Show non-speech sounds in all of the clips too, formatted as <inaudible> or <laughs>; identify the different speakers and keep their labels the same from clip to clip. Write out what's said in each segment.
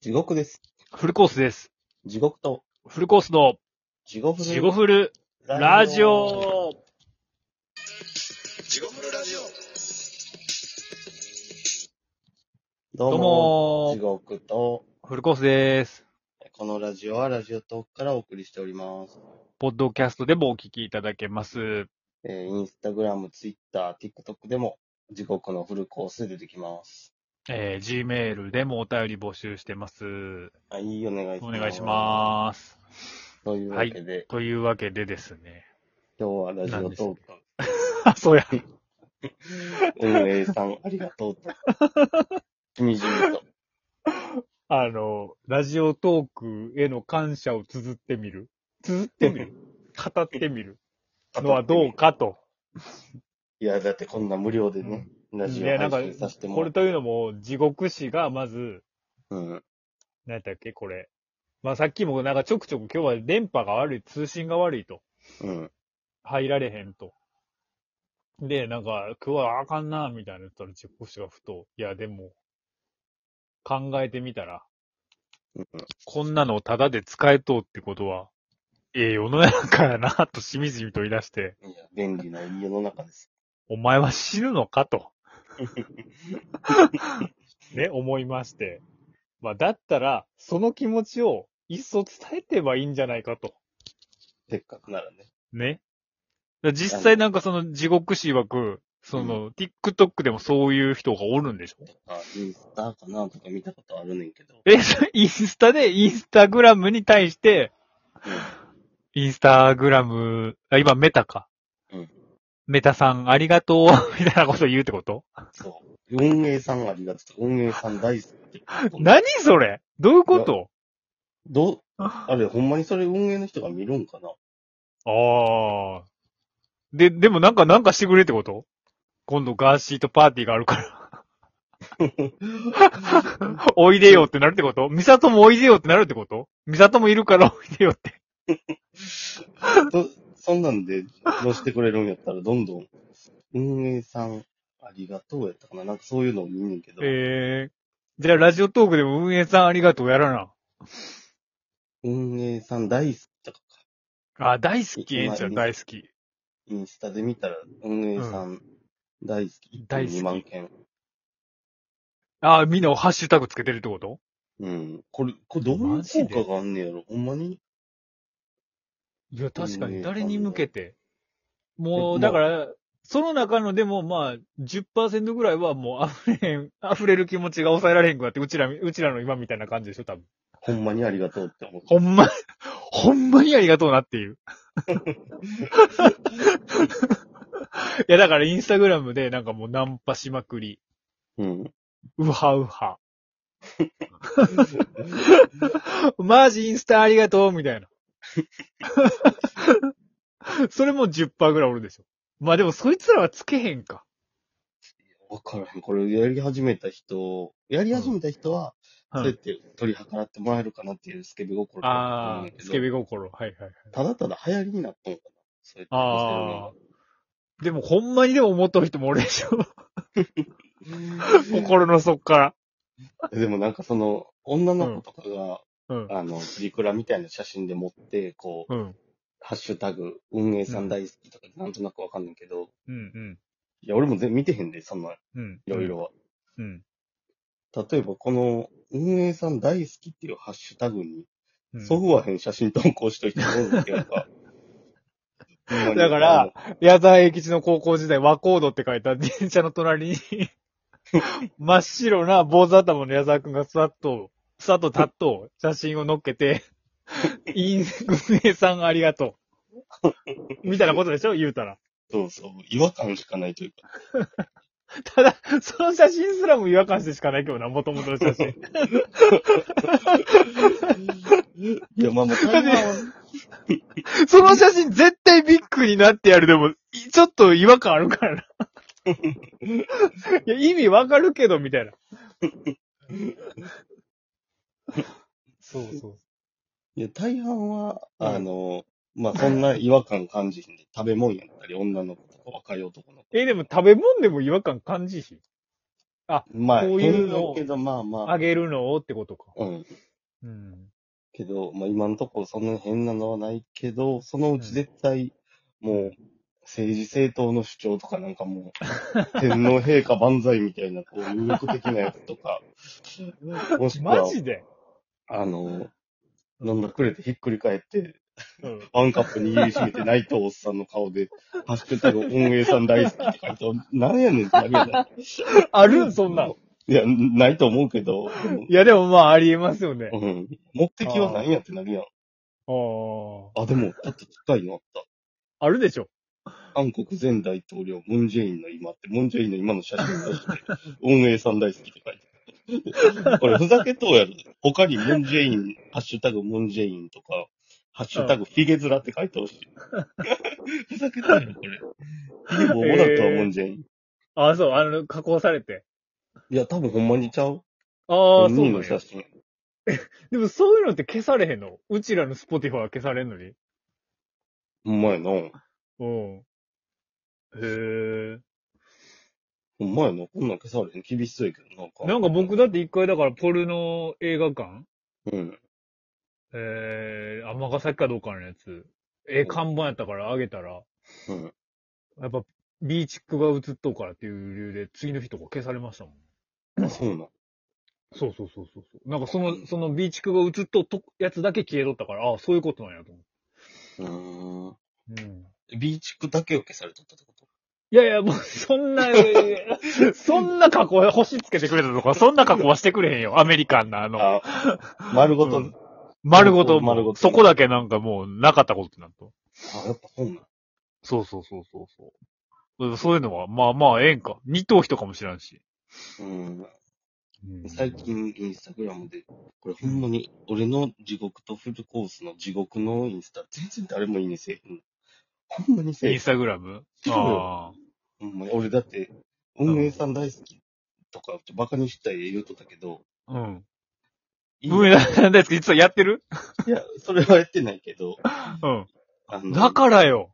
Speaker 1: 地獄です。
Speaker 2: フルコースです。
Speaker 1: 地獄と、
Speaker 2: フルコースの、
Speaker 1: 地獄
Speaker 2: ジゴフルラジオ
Speaker 1: 地獄フルラジオど
Speaker 2: ど
Speaker 1: う
Speaker 2: う
Speaker 1: も
Speaker 2: も
Speaker 1: 地
Speaker 2: ー
Speaker 1: 獄と、
Speaker 2: フルコースです。
Speaker 1: このラジオはラジオトークからお送りしております。
Speaker 2: ポッドキャストでもお聞きいただけます。
Speaker 1: えー、インスタグラム、ツイッター、ティックトックでも、地獄のフルコースで出てきます。
Speaker 2: えー、Gmail でもお便り募集してます。
Speaker 1: はい、お願いし
Speaker 2: お
Speaker 1: ます。
Speaker 2: 願いします。
Speaker 1: す。というわけで、
Speaker 2: というわけでです
Speaker 1: <laughs>
Speaker 2: ね。
Speaker 1: 今日はラジオトーク、
Speaker 2: あ、そうや。
Speaker 1: 運営さ
Speaker 2: <laughs>
Speaker 1: んありがとうと。しみじみと。
Speaker 2: あの、ラジオトークへの感謝を綴ってみる。綴ってみ
Speaker 1: <laughs>
Speaker 2: る。語ってみる <laughs> のはどうかと。
Speaker 1: いや、だってこんな無料でね、ラジ
Speaker 2: いや
Speaker 1: オ
Speaker 2: なんか
Speaker 1: 配信させても
Speaker 2: こ
Speaker 1: ら
Speaker 2: れ
Speaker 1: って。
Speaker 2: というのも、地獄師がまず、
Speaker 1: うん。
Speaker 2: 何やったっけこれ。まあさっきもなんかちょくちょく今日は電波が悪い、通信が悪いと。
Speaker 1: うん。
Speaker 2: 入られへんと。で、なんか今日はあかんな、みたいな言ったら自己主がふと。いや、でも、考えてみたら、
Speaker 1: うん
Speaker 2: こんなのをタダで使えとうってことは、ええ世の中やな、としみじみと言い出して、
Speaker 1: いや、便利ないい世の中です。
Speaker 2: お前は死ぬの
Speaker 1: <laughs>
Speaker 2: かと。ね、思いまして。まあだったら、その気持ちを一層伝えてばいいんじゃないかと。
Speaker 1: せっかくならね。
Speaker 2: ね。だ実際なんかその地獄師曰く、その、TikTok でもそういう人がおるんでしょ
Speaker 1: あ、インスタかなとか見たことあるねんけど。
Speaker 2: え、そインスタで、インスタグラムに対して、インスタグラム、あ、今メタか。
Speaker 1: うん
Speaker 2: メタさんありがとう、みたいなこと言うってこと
Speaker 1: そう。運営さんありがとう。運営さん大好きってこと。
Speaker 2: 何それどういうこと
Speaker 1: <laughs> どう、あれ、ほんまにそれ運営の人が見るんかな
Speaker 2: ああ。で、でもなんか、なんかしてくれってこと今度ガーシーとパーティーがあ
Speaker 1: <laughs>
Speaker 2: るから。 <laughs> おいでよってなるってことミサトもおいでよってなるってことミサトもいるから <laughs> おいでよって。
Speaker 1: どそんなんで、どうしてくれるんやったら、どんどん、運営さんありがとうやったかな。なんかそういうのを見んねんけど、
Speaker 2: ええじゃあラジオトークでも運営さんありがとうやらな。
Speaker 1: 運営さん大好きとかか。
Speaker 2: あ、大好き、
Speaker 1: い
Speaker 2: え
Speaker 1: い
Speaker 2: んちゃん
Speaker 1: まあい
Speaker 2: 大好き。
Speaker 1: インスタで見たら、運営さん大好き。
Speaker 2: 大好き
Speaker 1: 2万件。
Speaker 2: あ、みんなハッシュタグつけてるってこと
Speaker 1: うん。これ、これどうい
Speaker 2: マ
Speaker 1: う
Speaker 2: ジ
Speaker 1: 効
Speaker 2: で
Speaker 1: 果があんねやろほんまに
Speaker 2: いや、確か
Speaker 1: 運営
Speaker 2: に
Speaker 1: さん
Speaker 2: 誰に向けて。も
Speaker 1: え
Speaker 2: う、だから、その中のでもまあ、10%ぐらいはもう溢れへん、溢れる気持ちが抑えられへんくなって、うちら、うちらの今みたいな感じでしょ、多分。
Speaker 1: ほんまにありがとうって思う。
Speaker 2: ほんま、ほんまにありがとうなって <laughs> いう。いや、だからインスタグラムでなんかもうナンパしまくり、
Speaker 1: うん。
Speaker 2: うはうは。マジインスタありがとうみたいな。 <laughs> それも10%ぐらいおるでしょ。まあでもそいつらはつけへんか。
Speaker 1: わからへん。これやり始めた人、やり始めた人は、
Speaker 2: う
Speaker 1: そうやっ
Speaker 2: ん、
Speaker 1: て取り計らってもらえるかなっていうスケベ心だと思う
Speaker 2: あ
Speaker 1: ん
Speaker 2: あ
Speaker 1: だけ、ど
Speaker 2: スケベ心。はいはいはい。
Speaker 1: ただただ流行りになったのかなそうやって
Speaker 2: ああ。でもほんまにでも思っとる人もおるでしょ。 <laughs> 心の底から。
Speaker 1: でもなんかその、女の子とかが、
Speaker 2: うん。
Speaker 1: あの、プリクラみたいな写真で持って、こう、
Speaker 2: うん。
Speaker 1: ハッシュタグ、運営さん大好きとか、なんとなくわかんないけど、
Speaker 2: うんうん。
Speaker 1: いや、俺も全見てへんで、そんな、い
Speaker 2: うん。
Speaker 1: ろいろは。
Speaker 2: うん。
Speaker 1: 例えば、この、運営さん大好きっていうハッシュタグに、
Speaker 2: うん。
Speaker 1: そぐわへん写真投稿しといてるんですけど、
Speaker 2: <laughs> だから、矢沢永吉の高校時代、和コードって書いた電車の隣に、真っ白な坊主頭の矢沢くんがさっと、さっとたっと写真を乗っけて、イン運営さんありがとう。みたいなことでしょ言うたら。
Speaker 1: そうそう、違和感しかないというか。
Speaker 2: ただ、その写真すらも違和感してしかないけどな、もともとの写真。
Speaker 1: いや、まあもう、タイマーは
Speaker 2: その写真絶対ビッグになってやるでも、いちょっと違和感あるから <laughs> な。いや、意味わかるけど、みたいな。そうそう。
Speaker 1: いや、大半は、
Speaker 2: うん
Speaker 1: あの、まあ、そんな違和感感じひんで、食べ物やったり、女の子とか若い男の子。
Speaker 2: え、でも食べ物でも違和感感じひん。あ、
Speaker 1: まあ、
Speaker 2: こういう
Speaker 1: 変だ
Speaker 2: のを
Speaker 1: けど、まあま
Speaker 2: あ
Speaker 1: あ、
Speaker 2: げるのをってことか。
Speaker 1: うん。
Speaker 2: うん。
Speaker 1: けど、まあ今のところそんな変なのはないけど、そのうち絶対、もう、政治政党の主張とかなんかもう、天皇陛下万歳みたいな、こう、有力的なやつと
Speaker 2: <laughs>
Speaker 1: か、もしくは
Speaker 2: マ、ジで
Speaker 1: あの、飲んだくれてひっくり返って、
Speaker 2: うん。
Speaker 1: ワンカップ握りしめて泣いたおっさんの顔で、ハッシュタグ、運営さん大好きって書いて、なんやねんってだけだ。
Speaker 2: あるんそんなん。
Speaker 1: いや、ないと思うけど、でも
Speaker 2: いや、でもまあ、ありえますよね。
Speaker 1: うん。目的は何やってなるやん。
Speaker 2: ああ。
Speaker 1: あ、でも、ちょっと近いのあっ
Speaker 2: あるでしょ。
Speaker 1: た。韓国前大統領、ムンジェインの今って、ムンジェインの今の写真出して、運営さん大好きって書いて
Speaker 2: <laughs>
Speaker 1: ある。これ、ふざけとうやろ。他にムンジェイン、ハッシュタグムンジェインとか、ハッシュタグヒゲズラって書いてほしい。ふざけとうやろ、これ。ヒゲボボだったわ、
Speaker 2: えー
Speaker 1: ムンジェイン。
Speaker 2: ああ、そう、あの、加工されて。
Speaker 1: いや、多分ほんまにちゃう。
Speaker 2: ああ、そ
Speaker 1: 本
Speaker 2: う
Speaker 1: 人
Speaker 2: なん
Speaker 1: の
Speaker 2: や
Speaker 1: 写。真。
Speaker 2: でもそういうのって消されへんのうちらのスポティファーは消されんのに。
Speaker 1: ほんまやな。ほ
Speaker 2: うん。へえ。
Speaker 1: んまやな。こんなん消されへん。厳しそうやけど、なんか。
Speaker 2: なんか僕だって一回だからポルノ映画館
Speaker 1: うん。
Speaker 2: えー、天ヶ崎かどうかのやつ。えー、看板やったからあげたら、
Speaker 1: うん。
Speaker 2: やっぱビーチックが映っとうからっていう理由で次の日とか消されましたもん。
Speaker 1: あ、そうなん。
Speaker 2: そうそうそうそうそう。なんかその、そのビーチックが映っとうとやつだけ消えとったから、ああ、そういうことなんやと思
Speaker 1: うーん。
Speaker 2: う。うん。
Speaker 1: ビーチクだけを消されとったってこと
Speaker 2: いやいや、もう、そん <laughs> な、えーそんな加工、星つけてくれたとか、そんな加工はしてくれへんよ。アメリカンな、あの、
Speaker 1: あ、丸ごと、
Speaker 2: うん丸ごと、
Speaker 1: 丸ごと
Speaker 2: そこだけなんかもう、なかったことになった。
Speaker 1: あ、やっぱ本なん。
Speaker 2: そうそうそうそうそう。そういうのは、まあまあ、ええんか。二頭人かもしらんし。
Speaker 1: うん。最。近、インスタグラムで、これほんまに、俺の地獄とフルコースの地獄のインスタ、全然誰もいいねせえへん。ほんまにせえ
Speaker 2: イ
Speaker 1: へ
Speaker 2: ン
Speaker 1: ん
Speaker 2: ス。タグラム
Speaker 1: そう
Speaker 2: あ
Speaker 1: ほんまに。俺だって、運営さん大好きとか、バカにしたい言うとったけど、
Speaker 2: あ。うん。
Speaker 1: いい
Speaker 2: 運営なんですけど、実はやってる
Speaker 1: いや、それはやってないけど、
Speaker 2: うん。
Speaker 1: あ
Speaker 2: だからよ。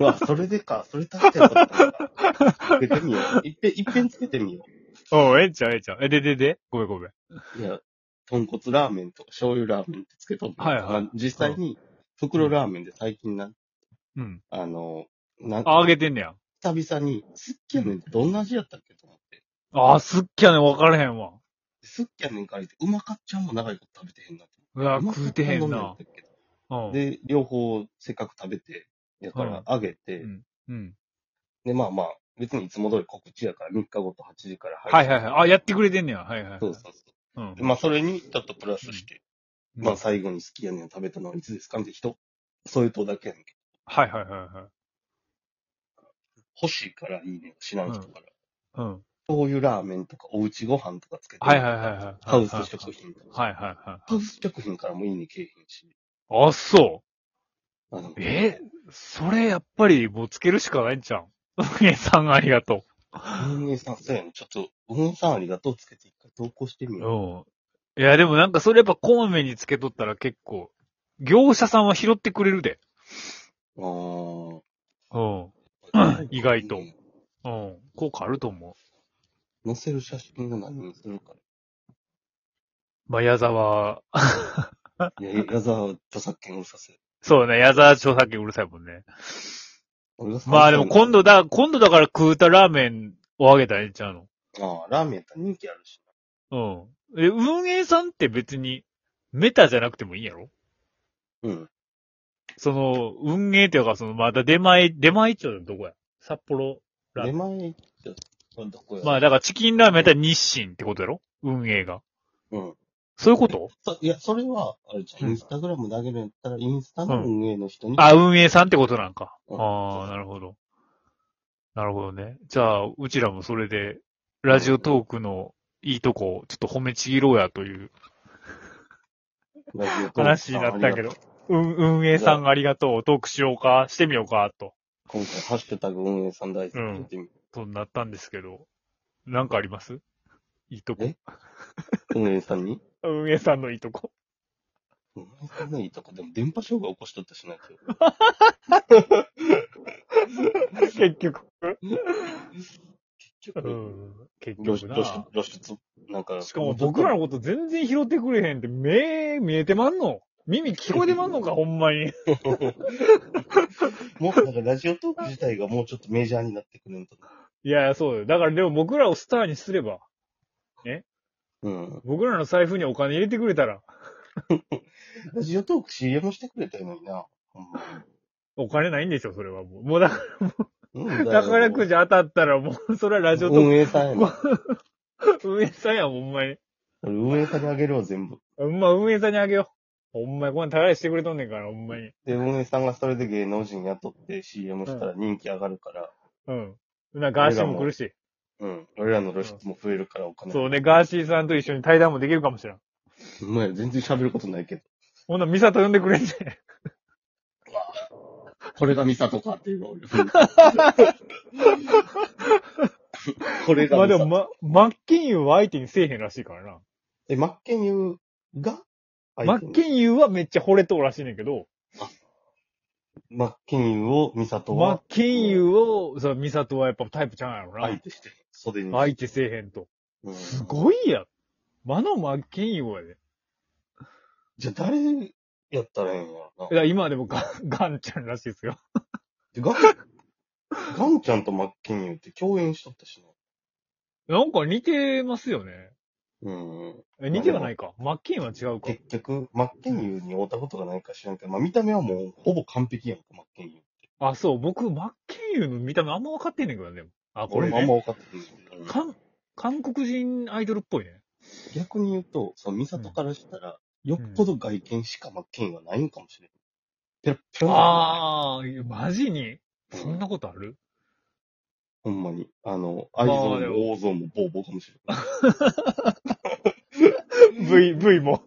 Speaker 1: うわ、それでか、それ確かにそうだな。つけてみよう。いっぺん、いっぺんつけてみよ
Speaker 2: うん、ええんちゃう、ええんちゃう。え、で、で、でごめんごめん。
Speaker 1: う。いや、豚骨ラーメンとか醤油ラーメンってつけとんの
Speaker 2: はいはい
Speaker 1: まあ実際に、袋ラーメンで最近な、
Speaker 2: うん。
Speaker 1: あの、な、
Speaker 2: あ、あげてんねや。
Speaker 1: 久々に、すっきゃねんってどんな味やったっけと思って。
Speaker 2: あー、すっきゃね、わからへんわ。
Speaker 1: すっきゃねんから言って、うまかっちゃんも長いこと食べてへんなって。
Speaker 2: うわ、
Speaker 1: うまかっちゃ
Speaker 2: 食うてへん
Speaker 1: 飲めや
Speaker 2: な
Speaker 1: っ。たっけ
Speaker 2: うん。
Speaker 1: で、両方せっかく食べて、やか
Speaker 2: はい
Speaker 1: ら揚げて、
Speaker 2: うんうん。
Speaker 1: で、まあまあ、別にいつも通り告知やから、3日後と8時から配
Speaker 2: はい
Speaker 1: 信
Speaker 2: はいはい。あ、やってくれてんねや。はいはいはい。
Speaker 1: そうそうそう。
Speaker 2: うん。
Speaker 1: まあ、それにちょっとプラスして、
Speaker 2: うん
Speaker 1: まあ、最後に好きやねん食べたのはいつですかって人、そういうとだけやねんけど、
Speaker 2: はいはいはいはい。
Speaker 1: 欲しいからいいねん、知らん人から。
Speaker 2: うん。
Speaker 1: 醤油ラーメンとか、おうちご飯とかつけて、
Speaker 2: はいはいはいはい。
Speaker 1: ハウス食品とか、
Speaker 2: はいはいは
Speaker 1: ハウス食品からもいいね、景品し。
Speaker 2: い。あ、そ
Speaker 1: あの
Speaker 2: う。えそれやっぱりもうつけるしかないんちゃう <laughs> 運営さんありがと
Speaker 1: 運営さん、そうやねん。ちょっと、運営さんありがとうつけて一回投稿してみ
Speaker 2: う。
Speaker 1: よう。
Speaker 2: うん。いやでもなんかそれやっぱこまめにつけとったら結構、業者さんは拾ってくれるで。うん。
Speaker 1: ああ、
Speaker 2: 意外と。うん。効果あると思
Speaker 1: 載せる写真が何にするか。
Speaker 2: う。まあ、矢沢、
Speaker 1: いや、矢沢著作権をさせる。
Speaker 2: そうね、矢沢著作権うるさいもんね。
Speaker 1: 俺が参
Speaker 2: まあでも
Speaker 1: 戦
Speaker 2: 今度だ、今度だから食うたラーメンをあげたらええんちゃうの
Speaker 1: ああ、ラーメンやったら人気あるし。
Speaker 2: うん。え、運営さんって別に、メタじゃなくてもいいんやろ
Speaker 1: うん。
Speaker 2: その、運営っていうか、その、また出前、出前一丁のどこや札幌。ラーメ
Speaker 1: 出前行ったらどこや
Speaker 2: まあ、だからチキンラーメンやったら日清ってことやろ運営が。
Speaker 1: うん。
Speaker 2: そういうこと
Speaker 1: そいや、それは、あれじゃん、
Speaker 2: うん
Speaker 1: インスタグラムで上げるんやったら、インスタの運営の人に。
Speaker 2: あ、運営さんってことなんか。
Speaker 1: うん
Speaker 2: ああ、なるほど。なるほどね。じゃあ、うちらもそれで、ラジオトークのいいとこ、ちょっと褒めちぎろうやという
Speaker 1: ラジオトークさん
Speaker 2: 話になったけど。、うん運営さんありがとう、トークしようか、してみようか、と。
Speaker 1: 今回、ハッシュタグ運営さん大好きって言ってみる
Speaker 2: となったんですけど、なんかありますいいとこ
Speaker 1: え。運営さんに
Speaker 2: 運営さんのいいと <laughs> こ。
Speaker 1: 運営さんのいいとこ、でも電波障害起こしとったしないと。
Speaker 2: 結局。うん。結
Speaker 1: 露出、
Speaker 2: 局な。
Speaker 1: 露出、露出、なんか。
Speaker 2: しかも僕らのこと全然拾ってくれへんって、目見えてまんの耳聞こえてまんのか、 <laughs> ほんまに。
Speaker 1: もうなんかラジオトーク自体がもうちょっとメジャーになってくれんとな。
Speaker 2: いや、そうよ。だからでも僕らをスターにすれば、
Speaker 1: うん。
Speaker 2: 僕らの財布にお金入れてくれたら、
Speaker 1: ラジオトーク CM してくれたらいいのにな。ほんま
Speaker 2: お金ないんでしょ、それはもう。もうだか
Speaker 1: にうん
Speaker 2: ら、 <laughs> 宝く
Speaker 1: じ
Speaker 2: じ当たったらもう、それはラジオと
Speaker 1: 運営さんやな。
Speaker 2: 運営さんやん、ほんまに。
Speaker 1: 俺運営さんにあげるわ、全部。
Speaker 2: ほんま、運営さんにあげよう。ほんまに、こんな高いしてくれとんねんから、ほんまに。
Speaker 1: で、運営さんがそれで芸能人雇って CM したら人気上がるから、
Speaker 2: うん。なんかガーシーも来るし。
Speaker 1: うん。俺らの露出も増えるからお金。
Speaker 2: そうね、ガーシーさんと一緒に対談もできるかもしれん。
Speaker 1: うまい。全然喋ることないけど。
Speaker 2: ほんならミサト呼んでくれんね
Speaker 1: これがミサトかっていうのをこれが
Speaker 2: まあ
Speaker 1: ミ
Speaker 2: で
Speaker 1: サト
Speaker 2: も、ま、マッケンユーは相手にせえへんらしいからな。
Speaker 1: え、マッケンユーが
Speaker 2: マッケンユーはめっちゃ惚れとうらしいねんけど、
Speaker 1: マッケンユーをミサト
Speaker 2: マッ
Speaker 1: は
Speaker 2: ケンユーを、そのミサトはやっぱタイプちゃうんやろ
Speaker 1: 相
Speaker 2: な。
Speaker 1: 手してる、袖に。
Speaker 2: 相手せえへんと。
Speaker 1: うん
Speaker 2: すごいやん。マのマッケンユーはね。
Speaker 1: じゃあ誰やったらええんやろな。
Speaker 2: いや、今でもガン、 <laughs> ガンちゃんらしいですよ。
Speaker 1: でガン、ガンちゃんとマッケンユーって共演しとったし
Speaker 2: なんか似てますよね。
Speaker 1: な。うん。
Speaker 2: え似てはないか。マッケンユーは違うか。
Speaker 1: 結局、マッケンユーに会ったことがないか知らんけど、まあ見た目はもうほぼ完璧やんか、マッケンユー。
Speaker 2: あ、そう、僕、マッケンユーの見た目あんま分かってんねんけどね。でもあ、こ
Speaker 1: 俺
Speaker 2: れ、
Speaker 1: もあん
Speaker 2: ね、
Speaker 1: ま分かってない。うん
Speaker 2: 韓、韓国人アイドルっぽいね。
Speaker 1: 逆に言うと、そのミサトからしたら、よっぽど外見しかマッケンユーはないんかもしれん。ペラッペラな
Speaker 2: あー、マジにそんなことある
Speaker 1: ほんまに。あの、愛
Speaker 2: ま
Speaker 1: 憎
Speaker 2: あで
Speaker 1: も
Speaker 2: も <laughs>
Speaker 1: <laughs> 大憎もボーボーかもしれない。
Speaker 2: V、V も。